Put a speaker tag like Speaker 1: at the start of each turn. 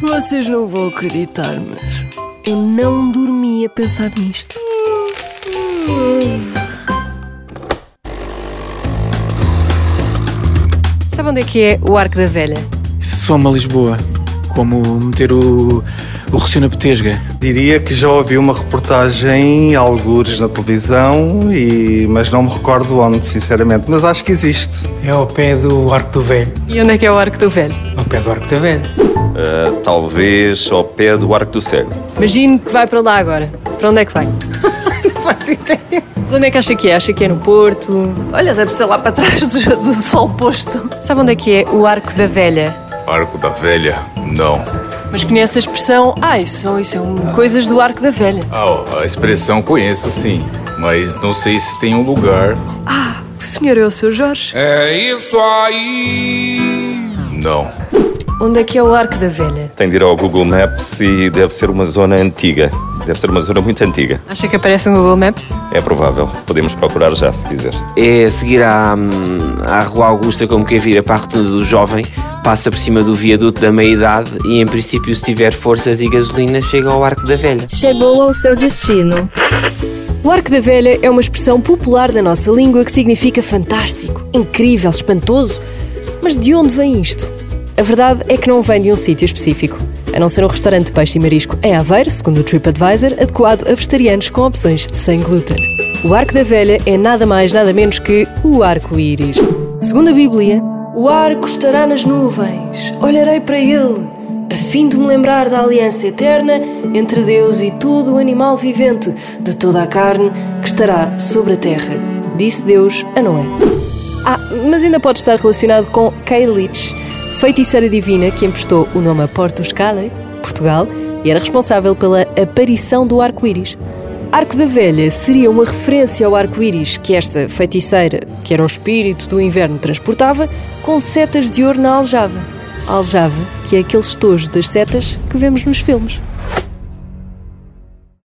Speaker 1: Vocês não vão acreditar, mas eu não dormi a pensar nisto.
Speaker 2: Sabe onde é que é o Arco da Velha?
Speaker 3: Soma Lisboa. Como meter o, o Rocio na Petesga.
Speaker 4: Diria que já ouvi uma reportagem algures na televisão, e... mas não me recordo onde, sinceramente. Mas acho que existe.
Speaker 5: É ao pé do Arco do Velho.
Speaker 2: E onde é que é o Arco do Velho?
Speaker 5: Ao pé do Arco da Velha.
Speaker 6: Ah, talvez ao pé do Arco do Cego.
Speaker 2: Imagino que vai para lá agora. Para onde é que vai?
Speaker 7: Não faço ideia.
Speaker 2: Mas onde é que acha que é? Acha que é no Porto?
Speaker 7: Olha, deve ser lá para trás do, do sol posto.
Speaker 2: Sabe onde é que é o Arco da Velha?
Speaker 8: Arco da Velha? Não.
Speaker 2: Mas conhece a expressão, ah, isso, isso é um- coisas do Arco da Velha.
Speaker 8: Ah, ó, a expressão conheço sim, mas não sei se tem um lugar.
Speaker 2: O senhor é o seu Jorge?
Speaker 8: É isso aí! Não.
Speaker 2: Onde é que é o Arco da Velha?
Speaker 6: Tem de ir ao Google Maps e deve ser uma zona antiga. Deve ser uma zona muito antiga.
Speaker 2: Acha que aparece no Google Maps?
Speaker 6: É provável. Podemos procurar já, se quiser.
Speaker 9: É a seguir à, hum, à Rua Augusta, como quem vira para a rotunda do jovem, passa por cima do viaduto da meia-idade e, em princípio, se tiver forças e gasolina, chega ao Arco da Velha.
Speaker 10: Chegou ao seu destino.
Speaker 1: O arco da velha é uma expressão popular da nossa língua que significa fantástico, incrível, espantoso. Mas de onde vem isto? A verdade é que não vem de um sítio específico. A não ser um restaurante de peixe e marisco em Aveiro, segundo o TripAdvisor, adequado a vegetarianos com opções sem glúten. O arco da velha é nada mais, nada menos que o arco-íris. Segundo a Bíblia, o arco estará nas nuvens, olharei para ele a fim de me lembrar da aliança eterna entre Deus e todo o animal vivente, de toda a carne que estará sobre a terra, disse Deus a Noé. Ah, mas ainda pode estar relacionado com Keilich, feiticeira divina que emprestou o nome a Porto Scala, Portugal, e era responsável pela aparição do arco-íris. Arco da Velha seria uma referência ao arco-íris que esta feiticeira, que era um espírito do inverno, transportava com setas de ouro na aljava. Aljava, que é aquele estojo das setas que vemos nos filmes.